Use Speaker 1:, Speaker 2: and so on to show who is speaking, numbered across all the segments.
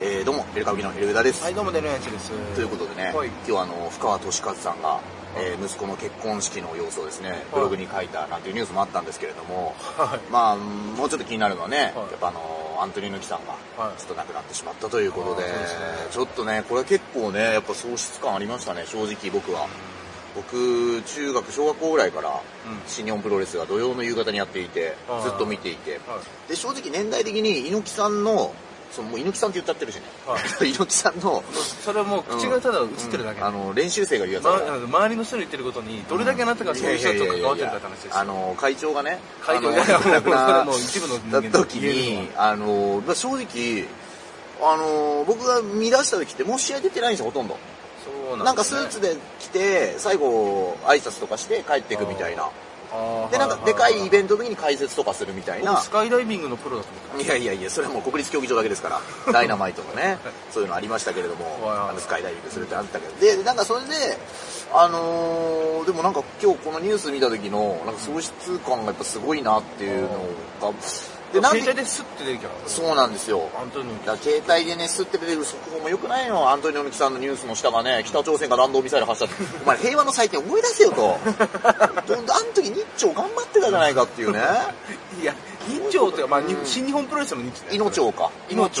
Speaker 1: えー、どうも、エル歌舞伎のエルウダです、
Speaker 2: はい、どうも、デルエンチです。
Speaker 1: ということでね、
Speaker 2: はい
Speaker 1: 今日はあの、深川俊和さんが、えー息子の結婚式の様子をですね、ブログに書いたなんていうニュースもあったんですけれども、
Speaker 2: はい。
Speaker 1: まあ、もうちょっと気になるのはね、
Speaker 2: はい
Speaker 1: やっぱあの、アントニーヌキさんが
Speaker 2: は、い
Speaker 1: ちょっと亡くなってしまったということで、
Speaker 2: あーそうですね
Speaker 1: ちょっとね、これは結構ね、やっぱ喪失感ありましたね、正直僕は。僕、中学、小学校ぐらいから、
Speaker 2: うん
Speaker 1: 新日本プロレスが土曜の夕方にやっていて
Speaker 2: あ、ー
Speaker 1: ずっと見ていて、
Speaker 2: はい。
Speaker 1: で正直年代的に猪木さんのそのもう猪木さんって言ったってるしね、
Speaker 2: は
Speaker 1: 猪木さんの
Speaker 2: それはもう、口がただ映ってるだけ。
Speaker 1: うんあの練習生が言うやつ
Speaker 2: ま
Speaker 1: だ
Speaker 2: あの周りの人の言ってることに、どれだけあなたがそういう人と関わってるかって話です
Speaker 1: あ
Speaker 2: よ。
Speaker 1: の会長がね
Speaker 2: 会長
Speaker 1: あの
Speaker 2: いや いやもう
Speaker 1: 亡くな
Speaker 2: それもう一部の人間
Speaker 1: だ
Speaker 2: だ
Speaker 1: った時
Speaker 2: 言え
Speaker 1: に
Speaker 2: る
Speaker 1: あの、まあ、正直あの僕が見出した時ってもう試合出てないんですよほとんど
Speaker 2: そう
Speaker 1: なんかスーツ
Speaker 2: で
Speaker 1: で着て最後挨拶とかして帰っていくみたいな
Speaker 2: すね、あー
Speaker 1: でなんかでかいイ
Speaker 2: ン
Speaker 1: ベントの時に解説とかするみたいな
Speaker 2: スカイダイビングのプロだと思って
Speaker 1: いやいやいや、それはもう国立競技場だけです から、ダイナマイトのね、そういうのありましたけれども、
Speaker 2: いはい
Speaker 1: あのスカイダイビングするってあったけど、で、なんかそれで、あのーでもなんか今日このニュース見た時の、なんか喪失感がやっぱすごいなっていうのが、で、
Speaker 2: た。
Speaker 1: なん
Speaker 2: 携
Speaker 1: で、
Speaker 2: 帯でスッて出てきたから。
Speaker 1: そうなんですよ。
Speaker 2: アントニオ
Speaker 1: だから携帯でね、吸って出てくる速報も良くないの。アントニオ猪木さんのニュースの下がね、北朝鮮が弾道ミサイル発射。お前平和の祭典思い出せ よと。どあの時日朝頑張ってたじゃないかっていうね。
Speaker 2: いや、日朝って、まあ、に
Speaker 1: うん
Speaker 2: 新日本プロレスの日だよ
Speaker 1: 猪朝か。
Speaker 2: 猪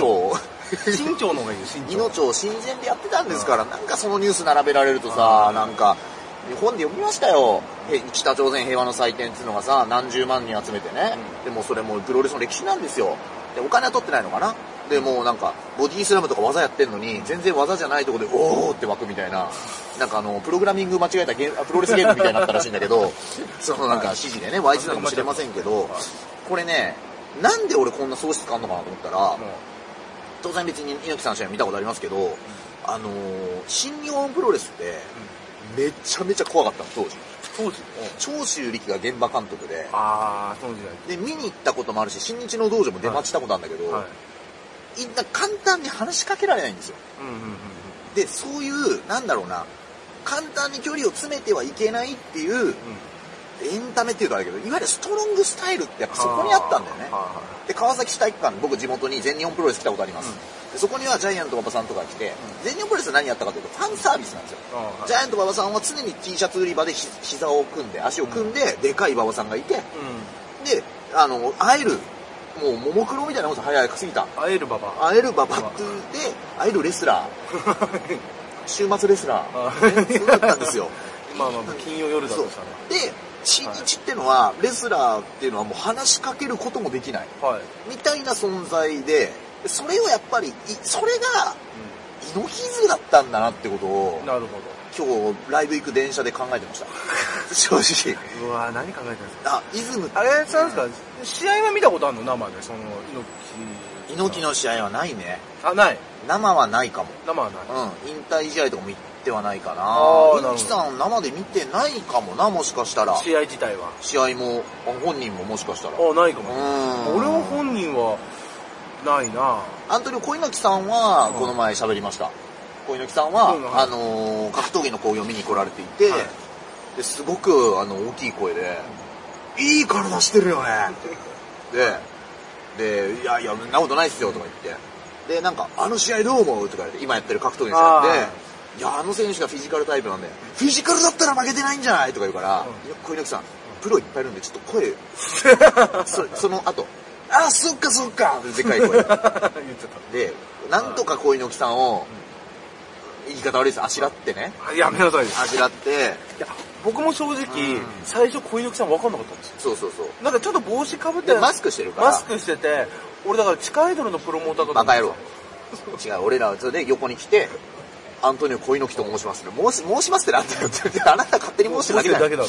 Speaker 1: 猪
Speaker 2: 朝
Speaker 1: 朝。
Speaker 2: 新朝の方がいいよ、新
Speaker 1: 二
Speaker 2: 朝
Speaker 1: の。町親善でやってたんですから、なんかそのニュース並べられるとさ、なんか、日本で読みましたよ。へ北朝鮮平和の祭典っていうのがさ、何十万人集めてね。でもうそれもうプロレスの歴史なんですよ。で、お金は取ってないのかな。で、もうなんか、ボディスラムとか技やってんのに、全然技じゃないとこで、おーって湧くみたいな。なんかあの、プログラミング間違えたゲームあプロレスゲームみたいになったらしいんだけ ど、そのなんか指示でね、湧いてたかもしれませんけど、これね、なんで俺こんな喪失感あんのかなと思ったら、
Speaker 2: も
Speaker 1: 当然別に猪木さんの試合見たことありますけど、あのー新日本プロレスって、めちゃめちゃ怖かったの、当時。
Speaker 2: う当時
Speaker 1: 長州力が現場監督で、
Speaker 2: ああ、その時
Speaker 1: で、
Speaker 2: 代。
Speaker 1: 見に行ったこともあるし、新日の道場も出待ちしたことあるんだけど、
Speaker 2: はい。
Speaker 1: いなんか簡単に話しかけられないんですよ。
Speaker 2: うんうんうんうん。
Speaker 1: で、そういう、なんだろうな、簡単に距離を詰めてはいけないっていう、エンタメっていうとあれだけど、いわゆるストロングスタイルってやっぱそこにあったんだよね。
Speaker 2: はいはい
Speaker 1: で川崎市体育館僕地元に全日本プロレス来たことあります、でそこにはジャイアント馬場さんとか来て、全日本プロレスは何やったかというとファンサービスなんですよ、
Speaker 2: あー
Speaker 1: ジャイアント馬場さんは常に T シャツ売り場でひ膝を組んで足を組んで、でかい馬場さんがいてで
Speaker 2: う
Speaker 1: あの会えるもうももクロみたいなもんです早すぎた
Speaker 2: ん。会えるババア。
Speaker 1: 会える馬場っていうで会えるレスラー週末レスラ
Speaker 2: あ
Speaker 1: ーそうだったんですよ
Speaker 2: まあまあまあ、金曜夜だ
Speaker 1: そう
Speaker 2: としたら。
Speaker 1: で新日ってのは、レスラーっていうのはもう話しかけることもできない
Speaker 2: はい。
Speaker 1: みたいな存在で、それをやっぱり、いそれが猪木イズムだったんだなってことを、
Speaker 2: なるほ
Speaker 1: 今日ライブ行く電車で考えてました。 正直。
Speaker 2: ど。うわぁ、何考えてるんですか
Speaker 1: あ、イズム、
Speaker 2: あれ、なんですか、試合は見たことあるの生で、その、猪木。
Speaker 1: 猪木の試合はないね。
Speaker 2: あ、ない。
Speaker 1: 生はないかも。
Speaker 2: 生はな
Speaker 1: うん、
Speaker 2: い。
Speaker 1: 引退試合とかも行ってはないか
Speaker 2: あー
Speaker 1: な。猪木さん生で見てないかもな、もしかしたら。
Speaker 2: 試合自体は。
Speaker 1: 試合も、あ本人ももしかしたら。
Speaker 2: あ、ないかも。
Speaker 1: うん。
Speaker 2: 俺は本人は、ないな
Speaker 1: アントニオ小猪木さんは
Speaker 2: うん、
Speaker 1: この前喋りました。小猪木さんは、
Speaker 2: うん
Speaker 1: あのー格闘技の興行を見に来られていて、
Speaker 2: はい
Speaker 1: ですごく、あの、大きい声で、いい体してるよね で、で、いやいや、そんなことないっすよ、とか言って。で、なんか、あの試合どう思うとか言って、今やってる格闘技の試合
Speaker 2: あ
Speaker 1: で、いや、あの選手がフィジカルタイプなんで、フィジカルだったら負けてないんじゃないとか言うから、
Speaker 2: うん
Speaker 1: いや小猪木さん、プロいっぱいいるんで、ちょっと 声、そその後、あ、そっかそっかってでかい声で。
Speaker 2: 言っちゃっ
Speaker 1: で、なんとか小猪木さんを、言い方悪いです。あしらってね。
Speaker 2: た。やめなさいよ
Speaker 1: あしらって、
Speaker 2: いや、僕も正
Speaker 1: う
Speaker 2: 直
Speaker 1: ん、
Speaker 2: 最初小猪木さん分かんなかったんですよ。
Speaker 1: そうそうそう。
Speaker 2: なんかちょっと帽子かぶって
Speaker 1: で、、マスクしてるから。
Speaker 2: マスクしてて、俺だから地下アイドルのプロモーターかと思
Speaker 1: バ
Speaker 2: った
Speaker 1: カ野郎。 違う、俺らはそれで横に来て、アントニオ小猪木と申しますね。申し、申しますってなんだよって言 ってあなた勝手に申してるだけだよ。
Speaker 2: ろ。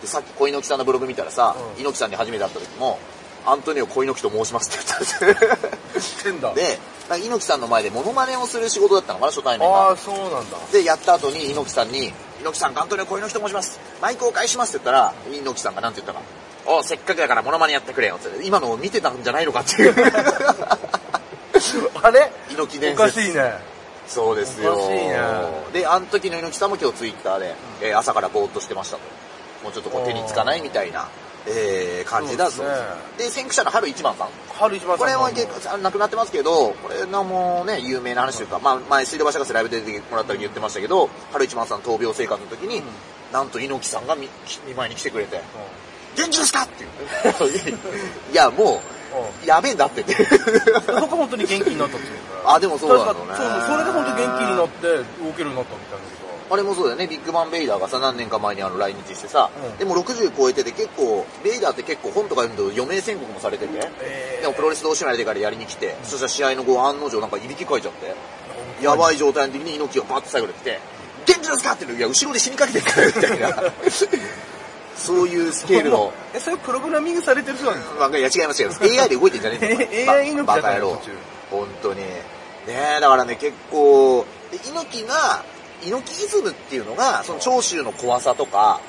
Speaker 1: で、さっき小猪木さんのブログ見たらさ、
Speaker 2: うん
Speaker 1: 猪木さんに初めて会った時も、アントニオ小猪木と申しますって言ったんですよ
Speaker 2: してんだ。
Speaker 1: で、なんか猪木さんの前でモノマネをする仕事だったのかな、初対面が
Speaker 2: あ。あ、そうなんだ。
Speaker 1: で、やった後に猪木さんに、猪木さん、ガントレの声の人申します。マイクを返しますって言ったら、猪木さんがなんて言ったか。おうせっかくだからモノマネやってくれよって。今のを見てたんじゃないのかって いう。
Speaker 2: あれ
Speaker 1: 猪木
Speaker 2: お
Speaker 1: 伝
Speaker 2: か
Speaker 1: 説。
Speaker 2: しいね。
Speaker 1: そうですよ。
Speaker 2: おかしいね
Speaker 1: で、あの時の猪木さんも今日ツイッターで、えー朝からぼーっとしてましたと。もうちょっとこう手につかないみたいなえー、感じだそうです
Speaker 2: そう
Speaker 1: で先駆者の春一番さん
Speaker 2: 春一番さ
Speaker 1: こ
Speaker 2: ん
Speaker 1: れも結構あ亡くなってますけどこれのもうね有名な話というか、まあ、前水道橋博士ライブで出てもらった時言ってましたけど春一番さん闘病生活の時に、
Speaker 2: うん
Speaker 1: なんと猪木さんが見見舞いに来てくれて「元気ですか?」っていう いやもうやべえんだって って
Speaker 2: うんそこ本当に元気になったっていうか
Speaker 1: あでもそうなんだ
Speaker 2: か
Speaker 1: ろうね
Speaker 2: らそうそれで本当元気になって動けるようになったみたいなけど
Speaker 1: あれもそうだよね、ビッグバン・ベイダーがさ、何年か前にあの来日してさ、
Speaker 2: うん
Speaker 1: でも60超えてて結構、ベイダーって結構本とか読むと余命宣告もされてて、
Speaker 2: えー
Speaker 1: でもプロレス同士のやり手からやりに来て、そしたら試合の後案の定なんかいびきかいちゃって、やばい状態の時に猪木がバッと最後で来て、元気ですかって言うのいや、後ろで死にかけてるから、みたい な。そういうスケールの。
Speaker 2: えそれプログラミングされてる人なんですか
Speaker 1: まあ、いや、違います違います。AI で動いてんじゃねえん だバ
Speaker 2: AI 猪木だ
Speaker 1: バ
Speaker 2: った
Speaker 1: カ
Speaker 2: の
Speaker 1: 野郎
Speaker 2: 途中。
Speaker 1: 本当に。ねえ、だからね、結構、で猪木が、猪木イズムっていうのが、その長州の怖さとか、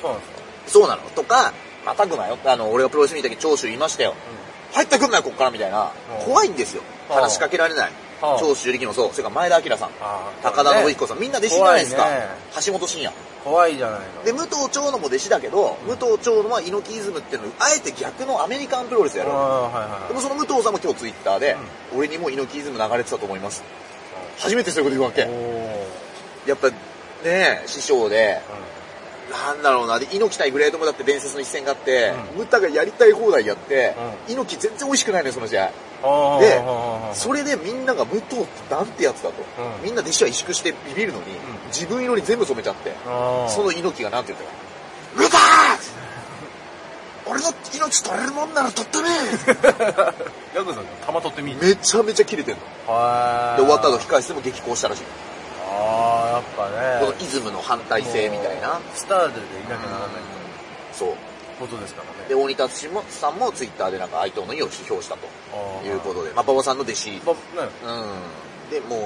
Speaker 2: そうなんですか
Speaker 1: そうなのとか、またぐなよ。あの、俺がプロレス見た時長州いましたよ。入ってくんなよ、こっから、みたいな
Speaker 2: う。ん
Speaker 1: 怖いんですよ。
Speaker 2: うん
Speaker 1: 話しかけられない。
Speaker 2: うん
Speaker 1: 長州力もそう。それから前田明さん。
Speaker 2: あー
Speaker 1: 高田信彦さん。みんな弟子じゃないですか
Speaker 2: 怖いね。
Speaker 1: 橋本真也。
Speaker 2: 怖いじゃないの
Speaker 1: で、武藤長野も弟子だけど、武藤長野は猪木イズムっていうのを、あえて逆のアメリカンプロレスや
Speaker 2: あー
Speaker 1: る。
Speaker 2: はいはい
Speaker 1: で
Speaker 2: は
Speaker 1: もその武藤さんも今日ツイッターで、俺にも猪木イズム流れてたと思います。初めてそういうこと言
Speaker 2: いお
Speaker 1: うわ
Speaker 2: ー
Speaker 1: け。やっぱねえ、師匠で、なんだろうな、で、猪木対グレートもだって伝説の一戦があって、ムタがやりたい放題やって、猪木全然美味しくないのよ、その試合。
Speaker 2: あー
Speaker 1: で
Speaker 2: あーあー
Speaker 1: それでみんなが武藤ってなんてやつだと。
Speaker 2: うん
Speaker 1: みんな弟子は萎縮してビビるのに、
Speaker 2: ん
Speaker 1: 自分色に全部染めちゃって、
Speaker 2: あー
Speaker 1: その猪木がなんて言ったか。ムタ俺の命取れるもんなら取ったね
Speaker 2: ヤクザの弾取ってみる
Speaker 1: めちゃめちゃキレてんの。
Speaker 2: は
Speaker 1: で、終わった後
Speaker 2: の
Speaker 1: 控室でも激高したらしい。
Speaker 2: ああやっ
Speaker 1: こ
Speaker 2: ぱ
Speaker 1: の
Speaker 2: ね
Speaker 1: イズムの反対性みたいな
Speaker 2: も。うスターでいなきゃならない
Speaker 1: そう。
Speaker 2: ことですからね
Speaker 1: で、大仁田氏もさんもツイッターでなんか哀悼の意を批評したと
Speaker 2: あー
Speaker 1: いうことで、まあ、馬場さんの弟子。うん。
Speaker 2: まあね
Speaker 1: で、もう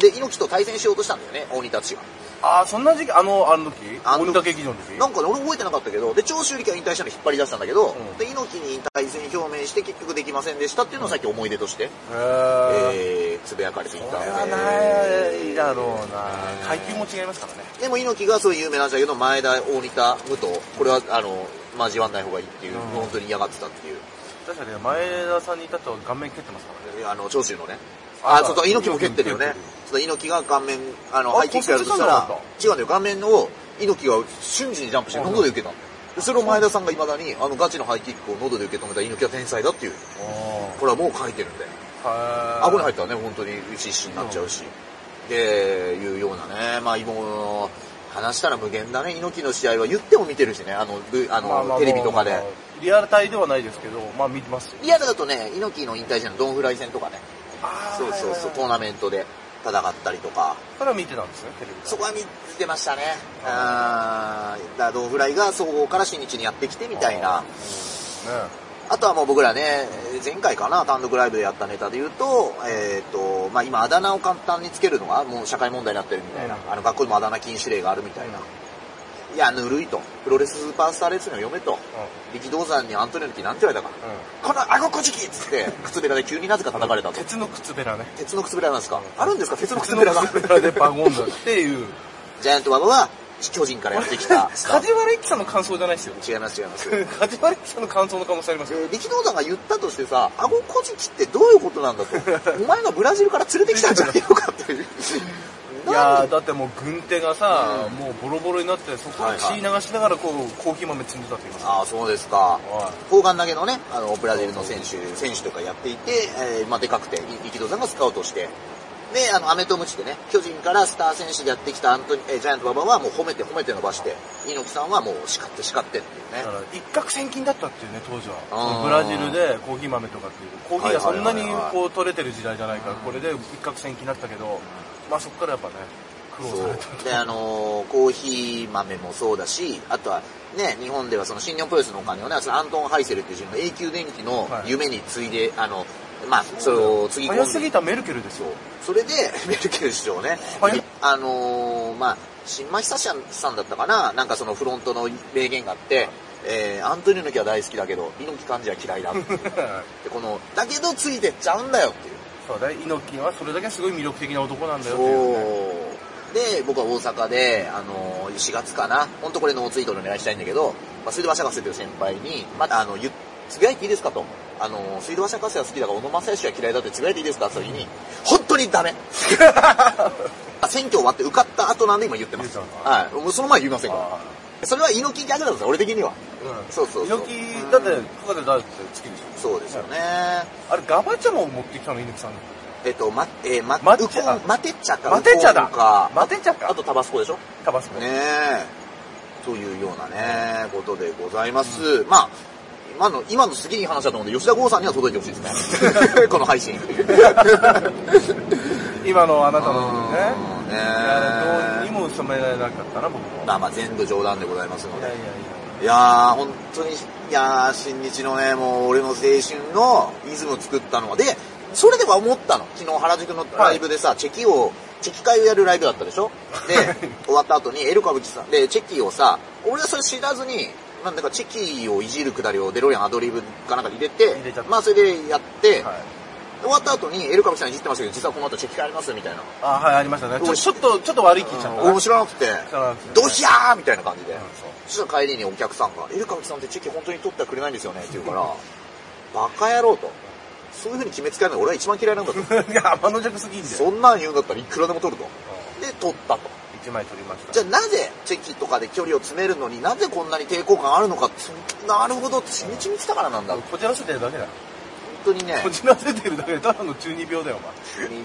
Speaker 1: い、で、猪木と対戦しようとしたんだよね、大仁田氏が。
Speaker 2: ああそんな時期あのあの時
Speaker 1: あの
Speaker 2: 鬼田劇場の時
Speaker 1: なんかね、俺覚えてなかったけど、で、長州力が引退したの引っ張り出したんだけど、
Speaker 2: うん
Speaker 1: で、猪木に対戦表明して結局できませんでしたっていうのをさっき思い出として、
Speaker 2: へー
Speaker 1: えー、つぶやかれていた
Speaker 2: これはないだろうな階級も違いますからね
Speaker 1: でも猪木がそういう有名なんだけど、前田、大仁田、武藤、これは、あの、交わんない方がいいっていう、
Speaker 2: うん
Speaker 1: 本当に嫌がってたっていう。
Speaker 2: 確かに前田さんに至っては顔面蹴ってますからね
Speaker 1: あの、長州のね。
Speaker 2: あ
Speaker 1: あ、ちょっと猪木も蹴ってるよね。ちょっと猪木が顔面、あの、
Speaker 2: あ
Speaker 1: ハイキックやるとしたら
Speaker 2: 骨折、
Speaker 1: 違うんだよ、顔面を猪木が瞬時にジャンプして
Speaker 2: あ
Speaker 1: 喉で受けたのでそれを前田さんが未だに、あの、ガチのハイキックを喉で受け止めた猪木は天才だっていう、これはもう書いてるんで。
Speaker 2: あ
Speaker 1: 顎に入ったらね、本当に失神になっちゃうし。で、いうようなね、まあ今も、話したら無限だね、猪木の試合は言っても見てるしね、あの、ぶあ
Speaker 2: まあま
Speaker 1: の、
Speaker 2: あ
Speaker 1: テレビとかで。
Speaker 2: リアルタイではないですけどまあ見てますよ
Speaker 1: リアルだとね、猪木の引退時のドンフライ戦とかね、
Speaker 2: あ
Speaker 1: そうそうそう、ト
Speaker 2: こ
Speaker 1: ーナメントで戦ったりとか、
Speaker 2: から見てたんですねテレビで
Speaker 1: そこは見てましたね。あーだからドンフライが総合から新日にやってきてみたいな
Speaker 2: ね。
Speaker 1: あとはもう僕らね、前回かな、単独ライブでやったネタで言うと、えっ、と、まあ今あだ名を簡単につけるのがもう社会問題になってるみたいな、
Speaker 2: うん
Speaker 1: あの学校でもあだ名禁止令があるみたいな。いや、ぬるいと。プロレススーパースターレッスンの嫁と、力道山にアントニオキなんて言われたか。
Speaker 2: うんうん
Speaker 1: この顎こじきっつって、靴べらで急になぜか叩かれたと。
Speaker 2: 鉄の靴べらね
Speaker 1: 鉄の靴べらなんですかあるんですか鉄の
Speaker 2: 靴
Speaker 1: 靴
Speaker 2: の
Speaker 1: べらが。
Speaker 2: 靴べらでバゴンだっていう
Speaker 1: ジャイアント馬場は巨人からやってきた スター
Speaker 2: 梶原一騎さんの感想じゃないですよ
Speaker 1: 違います違います。で
Speaker 2: 梶原一騎さんの感想の可能性ありますよ
Speaker 1: 力道山が言ったとしてさ、顎こじきってどういうことなんだと。 お前がブラジルから連れてきたんじゃねえのかっていう。
Speaker 2: いやーだってもう軍手がさ、
Speaker 1: うん
Speaker 2: もうボロボロになってそこ
Speaker 1: は
Speaker 2: を
Speaker 1: い
Speaker 2: 血
Speaker 1: はい
Speaker 2: 流しながらこうコーヒー豆積んでたって言います
Speaker 1: ああ、そうですか。
Speaker 2: は
Speaker 1: 砲丸投げのね、あの、ブラジルの選手、選手とかやっていて、えーまあ、でかくて、い力道山がスカウトして、で、あの、アメとムチでね、巨人からスター選手でやってきたアントニ、えージャイアント馬場はもう褒めて褒めて伸ばして、猪木さんはもう叱って叱ってっていう
Speaker 2: いだか
Speaker 1: ね。
Speaker 2: ら一攫千金だったっていうね当時
Speaker 1: あ
Speaker 2: は
Speaker 1: ー
Speaker 2: ブラジルでコーヒー豆とかっていうコーヒーがそんなに
Speaker 1: はいはいはいはい
Speaker 2: こう取れてる時代じゃないからこれで一攫千金だったけどまあそこからやっぱね苦労
Speaker 1: そ
Speaker 2: され
Speaker 1: う。で、あのーコーヒー豆もそうだし、あとは、ね、日本ではその新日本プロレスのお金をね、そのアントン・ハイセルっていう人の永久電気の夢に次いで、あの、まあ、それを継ぎ
Speaker 2: た
Speaker 1: 込んで
Speaker 2: 早すぎたメルケル ですよ
Speaker 1: それで、 メルケル市長ね
Speaker 2: はい、
Speaker 1: いあのーまあ、新間久志さんだったかな、なんかそのフロントの名言があって、えー、アントニオ猪木は大好きだけど、猪木幹事は嫌いだって。でこの、だけどついてっちゃうんだよっていう。
Speaker 2: そうだね猪木はそれだけすごい魅力的な男なんだよっていうね
Speaker 1: そう。で、僕は大阪で、あのー、4月かな、ほんとこれノーツイートでお願いしたいんだけど、まあ、水道橋博士という先輩に、またあの、ゆつぶやいていいですかと。あのー、水道橋博士は好きだから、小野正義は嫌いだってつぶやいていいですかって言った時に、本当にダ メあ選挙終わって受かった後なんで今言ってます。
Speaker 2: 言ってたの
Speaker 1: はい。もうその前言いませんから。
Speaker 2: あ
Speaker 1: それは猪木ギャグなんですよ、俺的には。
Speaker 2: ーうん
Speaker 1: そうそうそう
Speaker 2: 猪木だって深田だって好きでし
Speaker 1: そうですよね。
Speaker 2: ょあれガバチャマを持ってきたの猪木さんだ
Speaker 1: えっと、ま、えー、ま、
Speaker 2: マ
Speaker 1: マ
Speaker 2: ッ
Speaker 1: テ
Speaker 2: チャ
Speaker 1: マテ茶か。
Speaker 2: マテ茶だ
Speaker 1: ウコンか。
Speaker 2: マテ茶か
Speaker 1: あとタバスコでしょ
Speaker 2: タバスコ
Speaker 1: ねえ。というようなね、ことでございます。まあ、今の、今のすげえいい話だと思うんで、吉田剛さんには届いてほしいです ね。この配信。ね
Speaker 2: 今のあなたのことね
Speaker 1: ね
Speaker 2: いやどうにも染められなかったな僕も
Speaker 1: まあまあ全部冗談でございますの
Speaker 2: いやい
Speaker 1: で。
Speaker 2: やいや
Speaker 1: いやー、本当に、いやー、新日のね、もう俺の青春のイズムを作ったのは、で、それでは思ったの。昨日原宿のライブでさ、チェキを、チェキ会をやるライブだったでしょ で、終わった後にエル歌舞伎さん、で、チェキをさ、俺はそれ知らずに、なんだかチェキをいじるくだりをデロリアンアドリブかなんかに入れて、
Speaker 2: 入れちゃった
Speaker 1: まあそれでやって、
Speaker 2: はい
Speaker 1: 終わった後にエル歌舞伎さんいじってましたけど、実はこの後チェキ会ありますみたいな。
Speaker 2: あはいありましたねちょちょっとちょっと悪い気しちゃった
Speaker 1: 俺も知らなくて、
Speaker 2: 知らなくて
Speaker 1: ドヒャーみたいな感じで。
Speaker 2: うんそう
Speaker 1: そしたら帰りにお客さんが、エルカブキさんってチェキ本当に取ってはくれないんですよねって言うから、 バカ野郎と。そういう風に決めつけられるのが俺は一番嫌いなんだ と。
Speaker 2: いや、天の弱すぎんで。
Speaker 1: そんなん言うんだったらいくらでも取ると。で、取ったと。
Speaker 2: 一枚取りました。
Speaker 1: じゃあなぜチェキとかで距離を詰めるのになぜこんなに抵抗感あるのかってなるほど、地道に来たからなんだ。本
Speaker 2: こじらせてるだけだ。
Speaker 1: 当にね、
Speaker 2: こじらせてるだけで、ただの中二病だよ、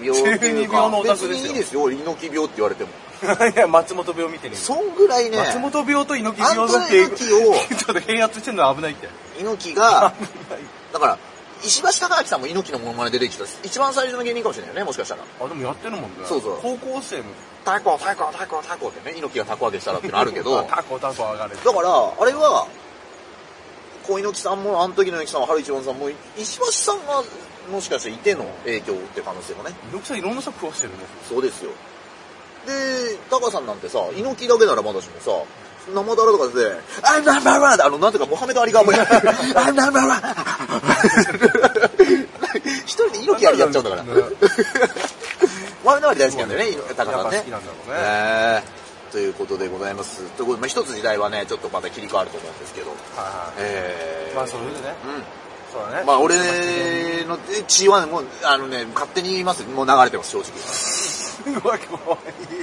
Speaker 1: 12秒っていう
Speaker 2: 12秒
Speaker 1: か
Speaker 2: の、オタ
Speaker 1: 別
Speaker 2: クです
Speaker 1: に
Speaker 2: よ
Speaker 1: いいですよ、俺猪木病って言われても。
Speaker 2: お前。 いや、松本病見てるよ。
Speaker 1: そんぐらいね、
Speaker 2: 松本病と猪木
Speaker 1: あん
Speaker 2: 病
Speaker 1: た
Speaker 2: だっ
Speaker 1: の
Speaker 2: て、
Speaker 1: 猪
Speaker 2: ち
Speaker 1: 木を、
Speaker 2: ょっと変圧してるのは危ないって。
Speaker 1: 猪木が、
Speaker 2: 危ない。
Speaker 1: だから、石橋貴明さんも猪木のモノマネ出てきたし、一番最初の芸人かもしれないよね、もしかしたら。
Speaker 2: あ、でもやってるもんね。
Speaker 1: そうそう
Speaker 2: 高校生も。
Speaker 1: タコ、タコ、タコ、タコってね、猪木がタコ揚げしたらっていうのあるけ ど、 だか
Speaker 2: タコタコ上がれて。
Speaker 1: ら、あれは、小猪木さんも、あの時の猪木さんも、春一郎さんも、石橋さんが、もしかしていての影響って可能性もね。
Speaker 2: 猪木さんいろんな人食わしてるね。
Speaker 1: そうですよ。で、タカさんなんてさ、猪木だけならまだしもさ、生だらとかで、あ、ナンバーワンあの、なんていうか、モハメド・アリ 側もやる。あ、ナンバーワン 一人で猪木やりやっちゃうんだから。
Speaker 2: ね
Speaker 1: ワールドワール大好きなんだよね、高
Speaker 2: やっ
Speaker 1: さ
Speaker 2: ぱ
Speaker 1: んね
Speaker 2: 好き。なんだろうね。
Speaker 1: えー、ということでございます。ということで、まあ、一つ時代はね、ちょっとまた切り替わると思うんですけど、
Speaker 2: はい
Speaker 1: えー、
Speaker 2: まあ、そういうね。
Speaker 1: う
Speaker 2: そうだね。
Speaker 1: ん。まあ、俺の血はね、もう、あのね、勝手に言います。もう流れてます、正直。
Speaker 2: すごい、も ういい。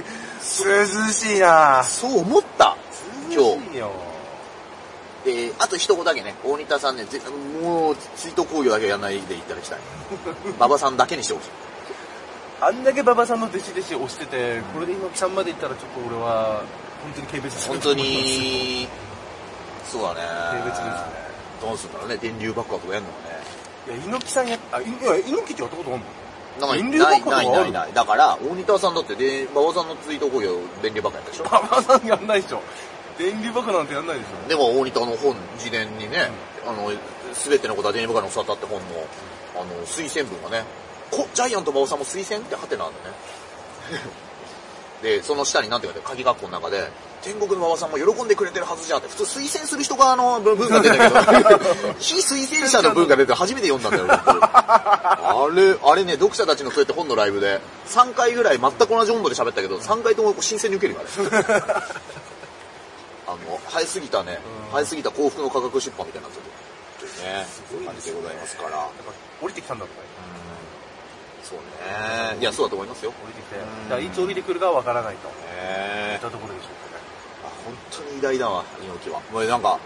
Speaker 2: 涼しいな
Speaker 1: そう思った今日。
Speaker 2: 日。よ。
Speaker 1: で、あと一言だけね、大仁田さんね、ぜもう、追悼工業だけはやらないでいただ きたい。馬場さんだけにしてほしい。
Speaker 2: あんだけ馬場さんの弟子弟子押してて、これで猪木さんまで行ったらちょっと俺は、本当に軽蔑する
Speaker 1: 本当。 に、そうだね。
Speaker 2: 軽蔑ですね。
Speaker 1: どうするんだろうね、電流爆破とかやるのかね。
Speaker 2: いや、猪木さんや、あ、いいや、猪木ってやったことあるの
Speaker 1: なんか
Speaker 2: 電流
Speaker 1: な
Speaker 2: 爆
Speaker 1: い
Speaker 2: 破
Speaker 1: ない
Speaker 2: がある
Speaker 1: ないない。だから、大仁田さんだって、で、馬場さんの追悼工業、電流爆破やったでしょ
Speaker 2: 馬場さんやんないでしょ。電流爆破なんてやんないでしょ。
Speaker 1: でも、大仁田の本、事前にね、あの、すべてのことは電流爆破に教わったって本の、あの、推薦文がね、こ、ジャイアント馬場さんも推薦ってハテナなんだね。で、その下になんて書いてある鍵学校の中で、天国の馬場さんも喜んでくれてるはずじゃんって、普通推薦する人側の文が出た けど、非推薦者の文が出て初めて読んだんだよ、僕あれ、あれね、読者たちのそうやって本のライブで、3回ぐらい全く同じ温度で喋ったけど、3回とも新鮮に受けるよ、あれ。 あの、生えすぎたね
Speaker 2: う、ん
Speaker 1: 生えすぎた幸福の価格出版みたいになっちゃってる。というね、
Speaker 2: ごい
Speaker 1: 感
Speaker 2: で
Speaker 1: じ
Speaker 2: す
Speaker 1: で
Speaker 2: ね
Speaker 1: ございますから。
Speaker 2: だから、降りてきたんだとか
Speaker 1: そうね。いや、そうだと思いますよ。
Speaker 2: 降りてきて。だ
Speaker 1: うん
Speaker 2: から、いつ降りてくるかわからないと。
Speaker 1: ね
Speaker 2: いったところでしょうかね。
Speaker 1: あ本当に偉大だわ、猪木は。もうなんか、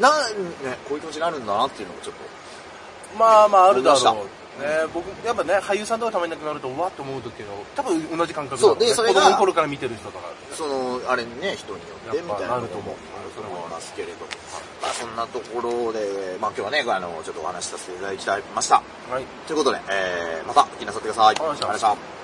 Speaker 1: なん、ね、こういう気持ちになるんだなっていうのもちょっと。
Speaker 2: まあまあ、あるだろ。
Speaker 1: 思いう
Speaker 2: ね、僕、やっぱね、俳優さんとかたまになくなると、うわって思うとけど、多分同じ感覚だろ
Speaker 1: そうで
Speaker 2: ね
Speaker 1: それが
Speaker 2: 子供の頃から見てる人とか。
Speaker 1: その、あれにね、人によって
Speaker 2: やっ
Speaker 1: み
Speaker 2: ぱ
Speaker 1: たいな
Speaker 2: なると思う
Speaker 1: と思いますけれども。まあそんなところで、まあ今日はね、あの、ちょっとお話しさせていただきました。
Speaker 2: はい。
Speaker 1: ということで、えー、また、気になさってください。
Speaker 2: りがとうございました
Speaker 1: ありがとうございました。